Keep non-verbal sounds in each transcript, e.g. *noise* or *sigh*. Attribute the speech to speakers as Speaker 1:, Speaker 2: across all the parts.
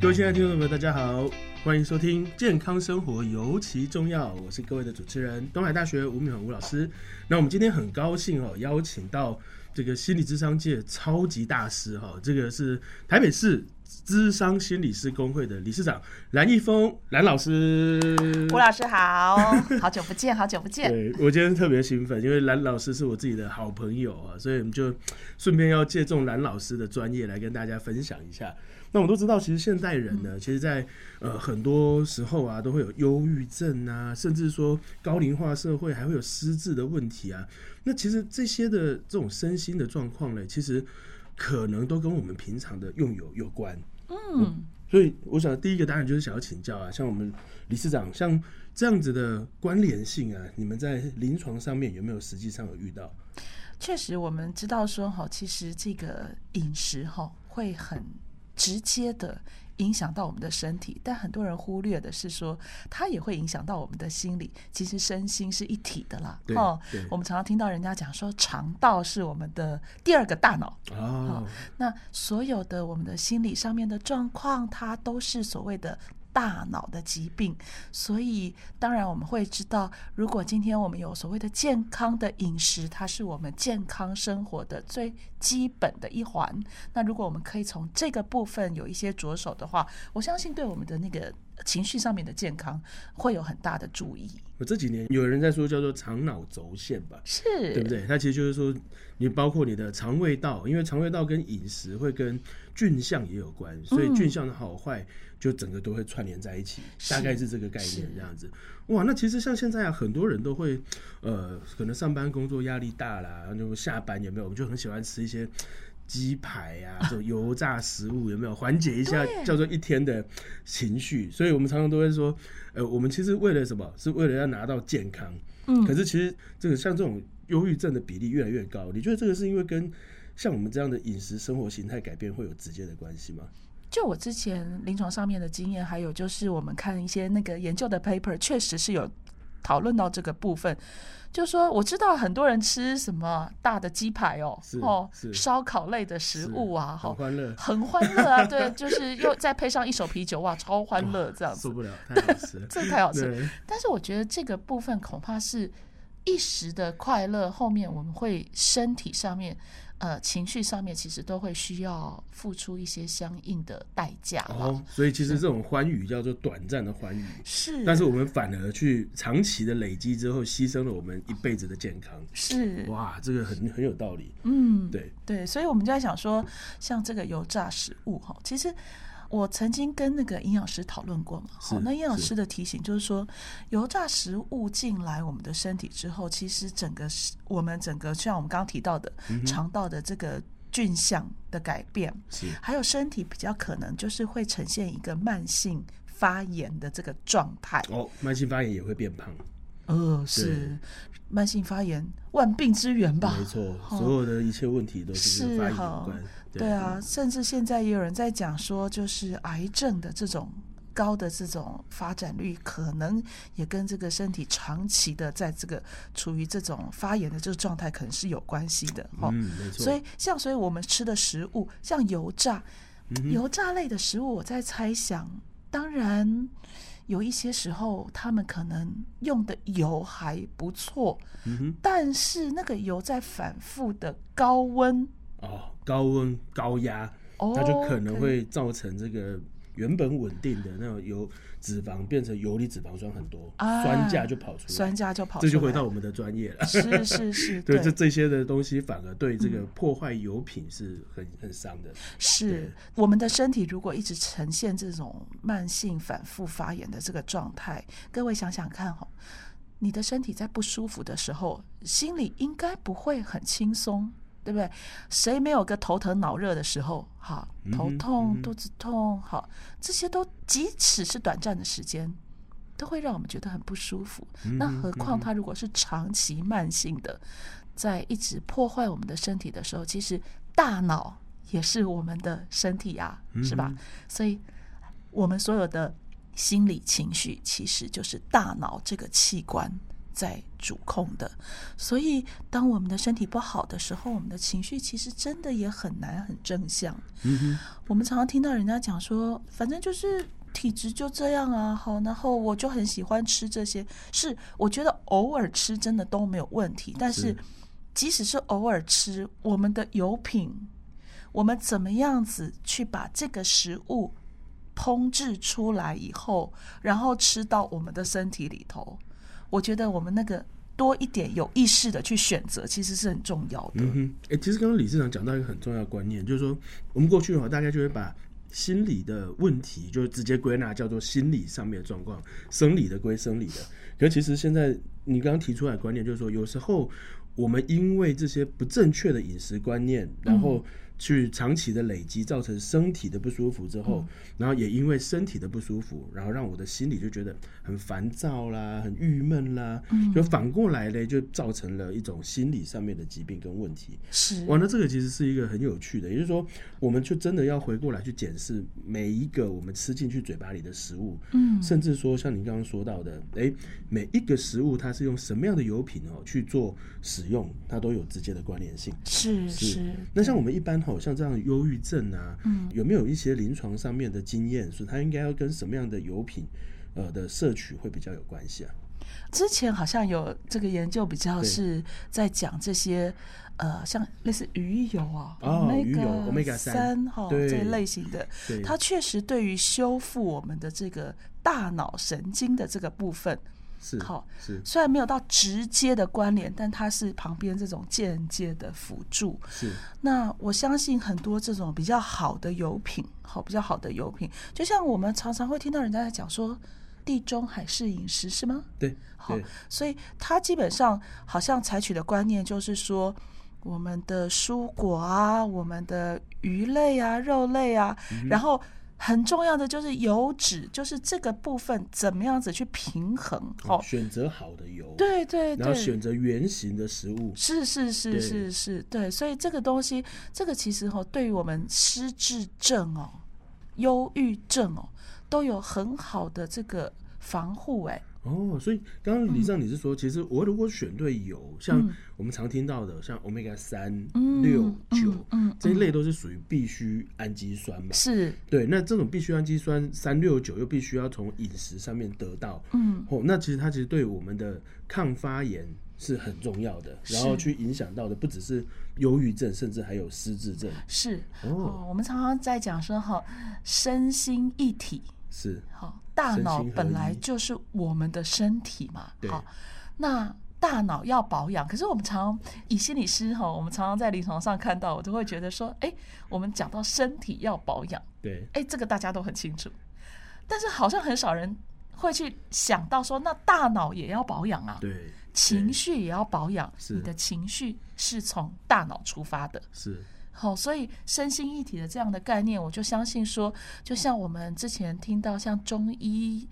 Speaker 1: 各位亲爱的听众朋友，大家好，欢迎收听《健康生活尤其重要》，我是各位的主持人东海大学吴敏宏吴老师。那我们今天很高兴哦，邀请到这个心理智商界超级大师哈、哦，这个是台北市智商心理师工会的理事长蓝奕峰蓝老师。
Speaker 2: *laughs* 吴老师好，好久不见，好久不见。
Speaker 1: 对我今天特别兴奋，因为蓝老师是我自己的好朋友啊，所以我们就顺便要借重蓝老师的专业来跟大家分享一下。那我们都知道，其实现代人呢，其实在呃很多时候啊，都会有忧郁症啊，甚至说高龄化社会还会有失智的问题啊。那其实这些的这种身心的状况呢，其实可能都跟我们平常的用友有关。
Speaker 2: 嗯，
Speaker 1: 所以我想第一个当然就是想要请教啊，像我们理事长像这样子的关联性啊，你们在临床上面有没有实际上有遇到？
Speaker 2: 确实，我们知道说哈，其实这个饮食哈会很直接的影响到我们的身体，但很多人忽略的是说，它也会影响到我们的心理。其实身心是一体的啦。
Speaker 1: 对对
Speaker 2: 我们常常听到人家讲说，肠道是我们的第二个大脑。
Speaker 1: 哦，
Speaker 2: 那所有的我们的心理上面的状况，它都是所谓的大脑的疾病。所以，当然我们会知道，如果今天我们有所谓的健康的饮食，它是我们健康生活的最基本的一环。那如果我们可以从这个部分有一些着手的话，我相信对我们的那个情绪上面的健康会有很大的注意。
Speaker 1: 我这几年有人在说叫做肠脑轴线吧，
Speaker 2: 是，
Speaker 1: 对不对？它其实就是说，你包括你的肠胃道，因为肠胃道跟饮食会跟菌相也有关，所以菌相的好坏就整个都会串联在一起，
Speaker 2: 是
Speaker 1: 大概是这个概
Speaker 2: 是
Speaker 1: 念这样子。哇，那其实像现在啊，很多人都会，呃，可能上班工作压力大啦，然后下班有没有，我们就很喜欢吃一些。鸡排啊，这种油炸食物有没有缓解一下
Speaker 2: 对
Speaker 1: 叫做一天的情绪？所以我们常常都会说，呃，我们其实为了什么？是为了要拿到健康。
Speaker 2: 嗯
Speaker 1: 可是其实这个像这种忧郁症的比例越来越高，你觉得这个是因为跟像我们这样的饮食生活形态改变会有直接的关系吗？
Speaker 2: 就我之前临床上面的经验，还有就是我们看一些那个研究的 paper，确实是有讨论到这个部分。就说我知道很多人吃什么大的鸡排哦
Speaker 1: 是，
Speaker 2: 哦
Speaker 1: 是，
Speaker 2: 烧烤类的食物啊，
Speaker 1: 好
Speaker 2: 哈，
Speaker 1: 欢
Speaker 2: *laughs*
Speaker 1: 乐，
Speaker 2: 很欢乐啊，对，就是又再配上一手啤酒，哇，超欢乐这样
Speaker 1: 受
Speaker 2: 子，。
Speaker 1: 不了，太好吃了
Speaker 2: *laughs* 这太好吃了。
Speaker 1: 对，
Speaker 2: 但是我觉得这个部分恐怕是一时的快乐，后面我们会身体上面、呃情绪上面，其实都会需要付出一些相应的代价吧。
Speaker 1: 哦，所以其实这种欢愉叫做短暂的欢愉，
Speaker 2: 是，
Speaker 1: 但是我们反而去长期的累积之后，牺牲了我们一辈子的健康。
Speaker 2: 是，
Speaker 1: 哇，这个很很有道理。
Speaker 2: 嗯，
Speaker 1: 对，
Speaker 2: 对，所以我们就在想说，像这个油炸食物哈，其实我曾经跟那个营养师讨论过嘛，
Speaker 1: 是
Speaker 2: 好，那营养
Speaker 1: 是
Speaker 2: 师的提醒就是说，油炸食物进来我们的身体之后，其实整个是我们整个像我们刚刚提到的、
Speaker 1: 嗯
Speaker 2: 肠道的这个菌相的改变，
Speaker 1: 是
Speaker 2: 还有身体比较可能就是会呈现一个慢性发炎的这个状态。
Speaker 1: 哦，慢性发炎也会变胖，哦
Speaker 2: 呃，是慢性发炎，万病之源吧？
Speaker 1: 没错，
Speaker 2: 哦
Speaker 1: 所有的一切问题都是跟
Speaker 2: 是
Speaker 1: 发炎有
Speaker 2: 哈
Speaker 1: 关。
Speaker 2: 对啊，甚至现在也有人在讲说，就是癌症的这种高的这种发展率，可能也跟这个身体长期的在这个处于这种发炎的这个状态，可能是有关系的哈。
Speaker 1: 嗯，没错。
Speaker 2: 所以像所以我们吃的食物，像油炸、油炸类的食物，我在猜想，当然有一些时候他们可能用的油还不错，
Speaker 1: 嗯哼
Speaker 2: 但是那个油在反复的高温。
Speaker 1: 哦，高温高压，
Speaker 2: 哦
Speaker 1: 它就可能会造成这个原本稳定的那种油脂肪变成游离脂肪酸很多，
Speaker 2: 啊
Speaker 1: 酸价就跑出来，
Speaker 2: 酸价就跑
Speaker 1: 这
Speaker 2: 出来，
Speaker 1: 就回到我们的专业了。
Speaker 2: 是是是，
Speaker 1: *laughs* 对，这这些的东西反而对这个破坏油品是很很伤的。
Speaker 2: 是我们的身体如果一直呈现这种慢性反复发炎的这个状态，各位想想看哦，你的身体在不舒服的时候，心里应该不会很轻松。对不对？谁没有个头疼脑热的时候？哈，头
Speaker 1: 嗯哼
Speaker 2: 痛、
Speaker 1: 嗯哼
Speaker 2: 肚子痛，好，这些都即使是短暂的时间，都会让我们觉得很不舒服。
Speaker 1: 嗯
Speaker 2: 那何况它如果是长期慢性的，在一直破坏我们的身体的时候，其实大脑也是我们的身体啊，是吧？所以，我们所有的心理情绪其实就是大脑这个器官在主控的。所以，当我们的身体不好的时候，我们的情绪其实真的也很难很正向。
Speaker 1: 嗯哼，
Speaker 2: 我们常常听到人家讲说，反正就是体质就这样啊，好，然后我就很喜欢吃这些。是，我觉得偶尔吃真的都没有问题，但是
Speaker 1: 是
Speaker 2: 即使是偶尔吃，我们的油品，我们怎么样子去把这个食物烹制出来以后，然后吃到我们的身体里头，我觉得我们那个多一点有意识的去选择，其实是很重要的。
Speaker 1: 嗯哼，哎、其实刚刚理事长讲到一个很重要的观念，就是说我们过去哦哈，大概就会把心理的问题就直接归纳叫做心理上面的状况，生理的归生理的。可其实现在你刚刚提出来的观念，就是说有时候我们因为这些不正确的饮食观念，然后去长期的累积，造成身体的不舒服之后，然后也因为身体的不舒服，然后让我的心里就觉得很烦躁啦，很郁闷啦，就反过来呢，就造成了一种心理上面的疾病跟问题。
Speaker 2: 是，
Speaker 1: 哇，那这个其实是一个很有趣的，也就是说，我们就真的要回过来去检视每一个我们吃进去嘴巴里的食物，
Speaker 2: 嗯，
Speaker 1: 甚至说像您刚刚说到的，诶，每一个食物它是用什么样的油品哦去做使用，它都有直接的关联性。
Speaker 2: 是是。
Speaker 1: 那像我们一般好像这样忧郁症啊，
Speaker 2: 嗯
Speaker 1: 有没有一些临床上面的经验，说它应该要跟什么样的油品，呃的摄取会比较有关系啊？
Speaker 2: 之前好像有这个研究比较
Speaker 1: 对
Speaker 2: 是在讲这些，呃，像类似鱼油啊、
Speaker 1: 哦
Speaker 2: omega
Speaker 1: 鱼油 omega
Speaker 2: 三哈
Speaker 1: 对
Speaker 2: 这一类型的，
Speaker 1: 对，
Speaker 2: 它确实对于修复我们的这个大脑神经的这个部分，
Speaker 1: 是
Speaker 2: 好
Speaker 1: 是
Speaker 2: 虽然没有到直接的关联，但它是旁边这种间接的辅助。
Speaker 1: 是，
Speaker 2: 那我相信很多这种比较好的油品，好比较好的油品，就像我们常常会听到人家在讲说地中海式饮食是吗？
Speaker 1: 对
Speaker 2: 好
Speaker 1: 对，
Speaker 2: 所以他基本上好像采取的观念就是说，我们的蔬果啊，我们的鱼类啊、肉类啊，然后很重要的就是油脂，就是这个部分怎么样子去平衡。哦，
Speaker 1: 选择好的油，
Speaker 2: 对对
Speaker 1: 然后
Speaker 2: 对。
Speaker 1: 选择圆形的食物，
Speaker 2: 是是
Speaker 1: 对
Speaker 2: 是是是，对，所以这个东西，这个其实哦，对于我们失智症哦、忧郁症哦，都有很好的这个防护。哎，
Speaker 1: 哦，所以刚
Speaker 2: 嗯
Speaker 1: 刚李尚你是说，其实我如果选对油，像我们常听到的，像 omega 三、六、九
Speaker 2: 嗯
Speaker 1: 这一类都是属于必需氨基酸嘛。
Speaker 2: 是，
Speaker 1: 对，那这种必需氨基酸三六九又必须要从饮食上面得到，
Speaker 2: 嗯，
Speaker 1: 哦，那其实它其实对我们的抗发炎是很重要的，然后
Speaker 2: 是
Speaker 1: 去影响到的不只是忧郁症，甚至还有失智症。
Speaker 2: 是
Speaker 1: 哦，
Speaker 2: 哦，我们常常在讲说哈，身心一体，
Speaker 1: 是
Speaker 2: 好，大
Speaker 1: 身
Speaker 2: 脑
Speaker 1: 心合
Speaker 2: 本来
Speaker 1: 一
Speaker 2: 就是我们的身体嘛，
Speaker 1: 对
Speaker 2: 好，那大脑要保养，可是我们常以心理师哈，我们常常在临床上看到，我都会觉得说，哎，我们讲到身体要保养，
Speaker 1: 对，
Speaker 2: 哎，这个大家都很清楚，但是好像很少人会去想到说，那大脑也要保养啊，
Speaker 1: 对，
Speaker 2: 情绪也要保养，
Speaker 1: 是
Speaker 2: 你的情绪是从大脑出发的。
Speaker 1: 是，
Speaker 2: 好、所以身心一体的这样的概念，我就相信说，就像我们之前听到像中医、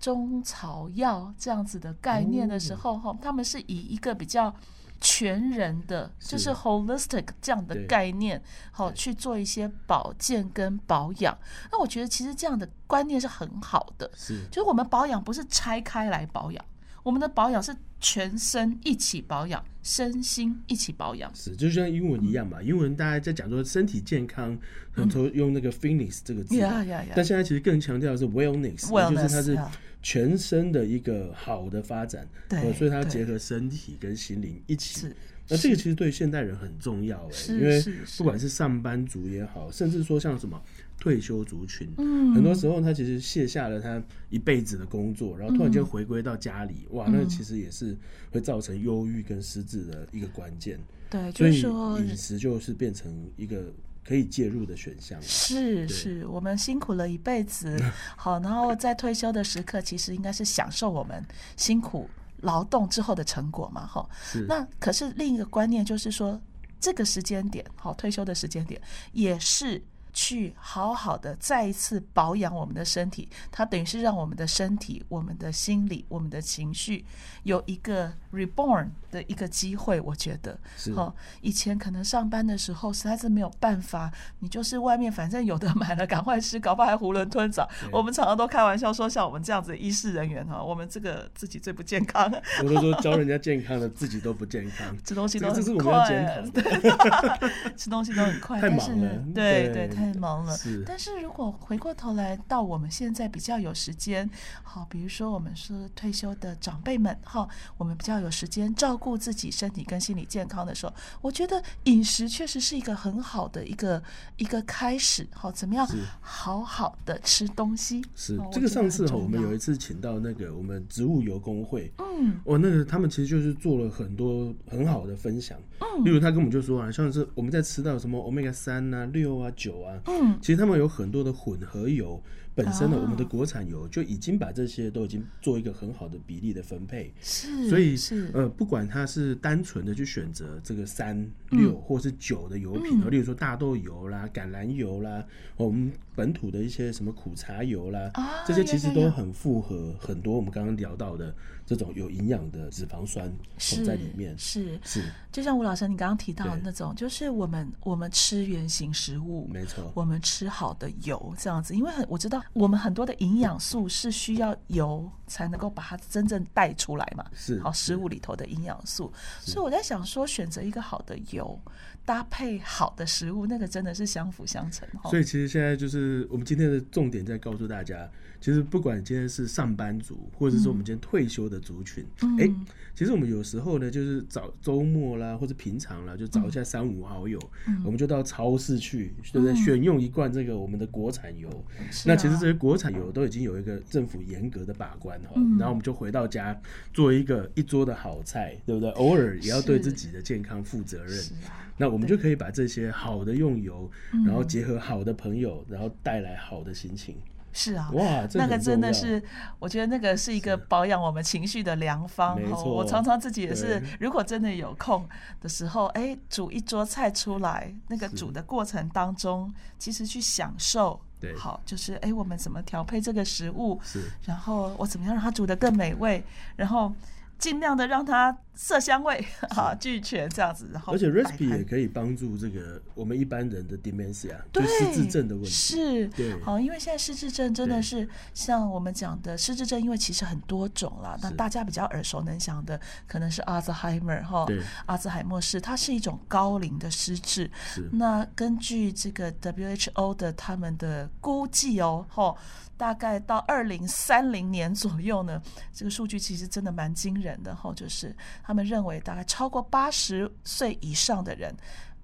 Speaker 2: 中草药这样子的概念的时
Speaker 1: 哦
Speaker 2: 候，哈、他们是以一个比较全人的，就是是 holistic 这样的
Speaker 1: 对
Speaker 2: 概念，好、去做一些保健跟保养。那我觉得其实这样的观念是很好的，
Speaker 1: 是，
Speaker 2: 就是我们保养不是拆开来保养，我们的保养是全身一起保养，身心一起保养。
Speaker 1: 是，就像英文一样嘛，
Speaker 2: 嗯
Speaker 1: 英文大家在讲说身体健康，很多用那个 fitness 这个字嘛，
Speaker 2: 呀呀呀！
Speaker 1: 但现在其实更强调的是 wellness，也就是它
Speaker 2: Wellness，
Speaker 1: 是
Speaker 2: 呀
Speaker 1: 全身的一个好的发展，
Speaker 2: 对
Speaker 1: 呃所以它
Speaker 2: 对
Speaker 1: 结合身体跟心灵一起
Speaker 2: 是。
Speaker 1: 那这个其实对现代人很重要哎、
Speaker 2: 是
Speaker 1: 因为
Speaker 2: 是是
Speaker 1: 不管是上班族也好，甚至说像什么退休族群，
Speaker 2: 嗯
Speaker 1: 很多时候他其实卸下了他一辈子的工作，然后突然间
Speaker 2: 嗯
Speaker 1: 回归到家里，哇，那其实也是会造成忧郁跟失智的一个关键。
Speaker 2: 对，就
Speaker 1: 所
Speaker 2: 是
Speaker 1: 以
Speaker 2: 说
Speaker 1: 饮食就是变成一个可以介入的选项。
Speaker 2: *laughs* 是
Speaker 1: 对
Speaker 2: 是，我们辛苦了一辈
Speaker 1: *laughs*
Speaker 2: 子，好，然后在退休的时刻，其实应该是享受我们辛苦劳动之后的成果嘛，哈。
Speaker 1: 是
Speaker 2: 那可是另一个观念就是说，这个时间点，好，退休的时间点也是去好好的再一次保养我们的身体，它等于是让我们的身体、我们的心理、我们的情绪有一个 reborn 的一个机会。我觉得，
Speaker 1: 是
Speaker 2: 哦，以前可能上班的时候实在是没有办法，你就是外面反正有的买了赶快吃，搞不好还囫囵吞枣。我们常常都开玩笑说，像我们这样子的医师人员哈，我们这个自己最不健康。
Speaker 1: 我都说教人家健康的，自己都不健康，
Speaker 2: 吃东西
Speaker 1: 这
Speaker 2: 都
Speaker 1: 个这是
Speaker 2: 很
Speaker 1: 我们要检
Speaker 2: 快
Speaker 1: 讨，
Speaker 2: *laughs* 吃东西都很快，
Speaker 1: 太
Speaker 2: 但
Speaker 1: 忙
Speaker 2: 是
Speaker 1: 了
Speaker 2: 呢对
Speaker 1: 对
Speaker 2: 对，太忙了
Speaker 1: 是。
Speaker 2: 但是如果回过头来到我们现在比较有时间，好，比如说我们是退休的长辈们哈，我们比较有时间照顾自己身体跟心理健康的时候，我觉得饮食确实是一个很好的一个一个开始。好，怎么样
Speaker 1: 是
Speaker 2: 好好的吃东西？
Speaker 1: 是
Speaker 2: 好
Speaker 1: 这个上次哈，我们有。
Speaker 2: 觉得很重
Speaker 1: 一
Speaker 2: 要
Speaker 1: 次请到那个我们植物油工会，
Speaker 2: 嗯
Speaker 1: 哦，那个他们其实就是做了很多很好的分享，
Speaker 2: 哦
Speaker 1: 例如他跟我们就说啊，像是我们在吃到什么 omega 三啊、六啊、九啊，
Speaker 2: 嗯，
Speaker 1: 其实他们有很多的混合油，本身的
Speaker 2: 啊
Speaker 1: 我们的国产油就已经把这些都已经做一个很好的比例的分配，
Speaker 2: 是，
Speaker 1: 所以
Speaker 2: 嗯是
Speaker 1: 呃，不管它是单纯的去选择这个三
Speaker 2: 嗯
Speaker 1: 六或是九的油品，哦，例如说大豆油啦、橄榄油啦，哦我们本土的一些什么苦茶油啦，
Speaker 2: 啊
Speaker 1: 这些其实
Speaker 2: 有有
Speaker 1: 都
Speaker 2: 有
Speaker 1: 很符合很多我们刚刚聊到的这种有营养的脂肪酸
Speaker 2: 是
Speaker 1: 哦在里面。
Speaker 2: 是
Speaker 1: 是，
Speaker 2: 就像吴老师你刚刚提到的
Speaker 1: 对
Speaker 2: 那种，就是我们我们吃原形食物，
Speaker 1: 没错，
Speaker 2: 我们吃好的油这样子，因为很我知道我们很多的营养素是需要油才能够把它真正带出来嘛，
Speaker 1: 是
Speaker 2: 好
Speaker 1: 是
Speaker 2: 食物里头的营养素，所以我在想说，选择一个好的油搭配好的食物，那个真的是相辅相成哈。
Speaker 1: 所以其实现在就是我们今天的重点在告诉大家，其实不管今天是上班族，或者是我们今天退休的族群，
Speaker 2: 嗯
Speaker 1: 哎、其实我们有时候呢，就是找周末啦，或者平常啦，就找一下三五好友，
Speaker 2: 嗯
Speaker 1: 我们就到超市去，对不对？选用一罐这个我们的国产油。
Speaker 2: 是
Speaker 1: 那
Speaker 2: 啊
Speaker 1: 其实这些国产油都已经有一个政府严格的把关哈，
Speaker 2: 嗯
Speaker 1: 然后我们就回到家做一个一桌的好菜，对不对？偶尔也要对
Speaker 2: 是
Speaker 1: 自己的健康负责任。
Speaker 2: 是啊，
Speaker 1: 那我们就可以把这些好的用油，然后结合好的朋友，然后带来好的心情。
Speaker 2: 是啊，
Speaker 1: 哇，这
Speaker 2: 那个
Speaker 1: 很重
Speaker 2: 真
Speaker 1: 要
Speaker 2: 的是，我觉得那个是一个保养我们情绪的良方。
Speaker 1: 没
Speaker 2: 哦
Speaker 1: 错
Speaker 2: 我常常自己也是
Speaker 1: 对，
Speaker 2: 如果真的有空的时候，哎，煮一桌菜出来，那个
Speaker 1: 是
Speaker 2: 煮的过程当中，其实去享受
Speaker 1: 对，
Speaker 2: 好，就是哎，我们怎么调配这个食物，
Speaker 1: 是
Speaker 2: 然后我怎么样让它煮得更美味，然后尽量的让它色香味啊 *laughs* 俱全这样子，然后
Speaker 1: 而且
Speaker 2: 摆盘
Speaker 1: recipe 也可以帮助这个我们一般人的 dementia，就
Speaker 2: 对，
Speaker 1: 失智症的问题。
Speaker 2: 是
Speaker 1: 对，
Speaker 2: 好，因为现在失智症真
Speaker 1: 对
Speaker 2: 的是像我们讲的失智症，因为其实很多种啦。那
Speaker 1: 是
Speaker 2: 大家比较耳熟能详的，可能是阿兹海默哈
Speaker 1: 对，
Speaker 2: 阿兹海默氏，它是一种高龄的失智。
Speaker 1: 是
Speaker 2: 那根据这个 WHO 的他们的估计哦，吼，大概到二零三零年左右呢，这个数据其实真的蛮惊人的吼，就是他们认为大概超过八十岁以上的人，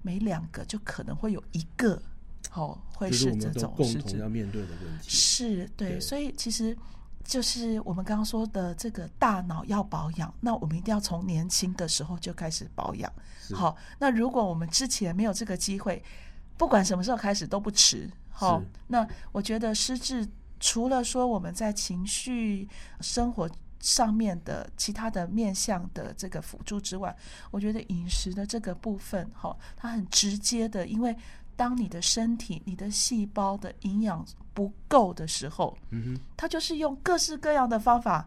Speaker 2: 每两个就可能会有一个。哦，会
Speaker 1: 就是我
Speaker 2: 是
Speaker 1: 们
Speaker 2: 这
Speaker 1: 都
Speaker 2: 种
Speaker 1: 共
Speaker 2: 失
Speaker 1: 同
Speaker 2: 智
Speaker 1: 要面对的问题。
Speaker 2: 是对，
Speaker 1: 对
Speaker 2: 所以其实就是我们刚刚说的这个大脑要保养，那我们一定要从年轻的时候就开始保养。
Speaker 1: 是
Speaker 2: 好，那如果我们之前没有这个机会，不管什么时候开始都不迟。好
Speaker 1: 是，
Speaker 2: 哦那我觉得失智除了说我们在情绪生活。上面的其他的面向的这个辅助之外，我觉得饮食的这个部分，哈、它很直接的，因为当你的身体、你的细胞的营养不够的时候，
Speaker 1: 嗯
Speaker 2: 它就是用各式各样的方法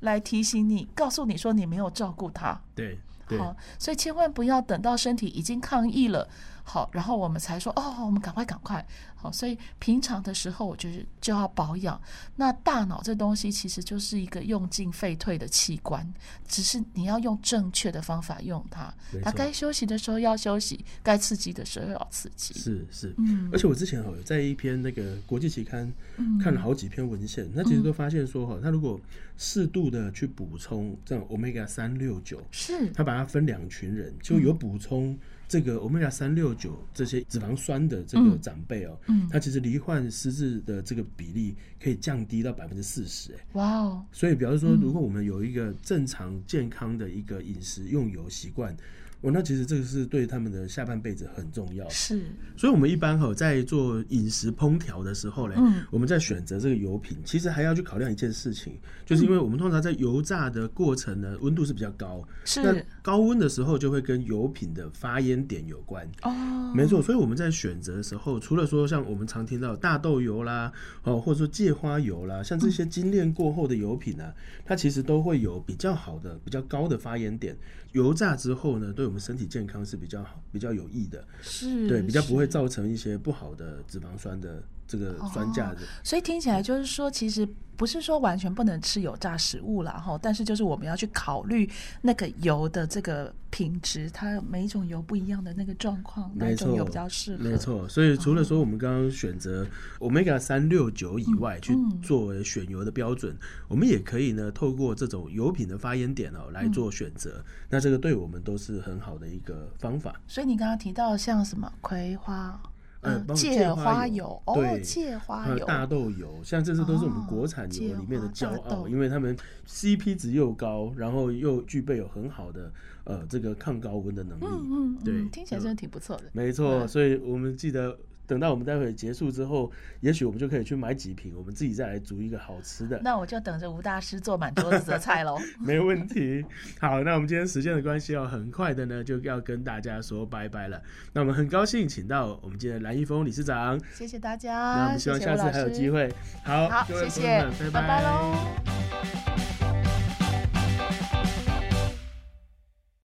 Speaker 2: 来提醒你，告诉你说你没有照顾它。
Speaker 1: 哼，对对
Speaker 2: 好，所以千万不要等到身体已经抗议了，好，然后我们才说哦，我们赶快赶快。好，所以平常的时候，我就是就要保养。那大脑这东西其实就是一个用进废退的器官，只是你要用正确的方法用它
Speaker 1: 没。
Speaker 2: 它
Speaker 1: 错
Speaker 2: 该休息的时候要休息，该刺激的时候要刺激。
Speaker 1: 是是。
Speaker 2: 嗯
Speaker 1: 而且我之前哦，有在一篇那个国际期刊
Speaker 2: 嗯
Speaker 1: 看了好几篇文献，那其实都发现说哈，它如果适度的去补充这种 omega 三六九，
Speaker 2: 是
Speaker 1: 他把它分两群
Speaker 2: 嗯
Speaker 1: 人，就有补充这个 omega 三六九这些脂肪酸的这个长辈哦，
Speaker 2: 嗯
Speaker 1: 他其实罹患失智的这个比例可以降低到百分之四十，哎，
Speaker 2: 哇哦，
Speaker 1: 所以，比方说，如果我们有一个正常健康的一个饮食用油习惯，哦，那其实这个是对他们的下半辈子很重要。
Speaker 2: 是，
Speaker 1: 所以，我们一般哈在做饮食烹调的时候嘞，
Speaker 2: 嗯
Speaker 1: 我们在选择这个油品，其实还要去考量一件事情，
Speaker 2: 嗯
Speaker 1: 就是因为我们通常在油炸的过程呢，温度是比较高，那
Speaker 2: 是
Speaker 1: 高温的时候就会跟油品的发烟点有关。
Speaker 2: 哦，
Speaker 1: 没错，所以我们在选择的时候，除了说像我们常听到的大豆油啦，哦，或者说芥花油啦，像这些精炼过后的油品啊，它其实都会有比较好的、比较高的发烟点。油炸之后呢，对我们身体健康是比较好、比较有益的，
Speaker 2: 是，
Speaker 1: 对，比较不会
Speaker 2: 嗯是哦
Speaker 1: 造成一些不好的脂肪酸的这个酸价的。
Speaker 2: 所以听起来就是说，其实不是说完全不能吃油炸食物啦，哈，但是就是我们要去考虑那个油的这个品质，它每一种油不一样的那个状况，哪一
Speaker 1: 没
Speaker 2: 种
Speaker 1: 错，
Speaker 2: 油比较适合？
Speaker 1: 没，错，所以除了说我们刚刚选择 omega 三六九
Speaker 2: 嗯
Speaker 1: 以外，去作为选油的标准，我们也可以呢透过这种油品的发烟点哦
Speaker 2: 嗯
Speaker 1: 来做选择。那这个对我们都是很好的一个方法。
Speaker 2: 所以你刚刚提到像什么葵花、
Speaker 1: 呃
Speaker 2: 嗯
Speaker 1: 包括
Speaker 2: 芥
Speaker 1: 芥
Speaker 2: 花
Speaker 1: 花
Speaker 2: 油
Speaker 1: 油，
Speaker 2: 哦，
Speaker 1: 对
Speaker 2: 芥花
Speaker 1: 还有
Speaker 2: 油，
Speaker 1: 大豆油，像这些都是我们国产油里面的
Speaker 2: 哦芥
Speaker 1: 骄
Speaker 2: 花大
Speaker 1: 傲，
Speaker 2: 豆
Speaker 1: 因为它们 CP 值又高，然后又具备有很好的呃这个抗高温的能力。
Speaker 2: 嗯嗯，嗯
Speaker 1: 对嗯
Speaker 2: 听起来真的挺不错的。
Speaker 1: 没错，所以我们记得等到我们待会结束之后，也许我们就可以去买几瓶，我们自己再来煮一个好吃的，
Speaker 2: 那我就等着吴大师做满桌子的菜喽。
Speaker 1: 没问题。 *laughs* 好，那我们今天时间的关系哦，很快的呢就要跟大家说拜拜了。那我们很高兴请到我们今天的蓝一峰理事长，
Speaker 2: 谢谢大
Speaker 1: 那我
Speaker 2: 家，
Speaker 1: 们希望
Speaker 2: 谢
Speaker 1: 下
Speaker 2: 谢吴
Speaker 1: 次
Speaker 2: 老
Speaker 1: 还有
Speaker 2: 师
Speaker 1: 机。会。好，
Speaker 2: 好，
Speaker 1: 各位
Speaker 2: 谢
Speaker 1: 朋友
Speaker 2: 谢
Speaker 1: 们，
Speaker 2: 拜拜喽。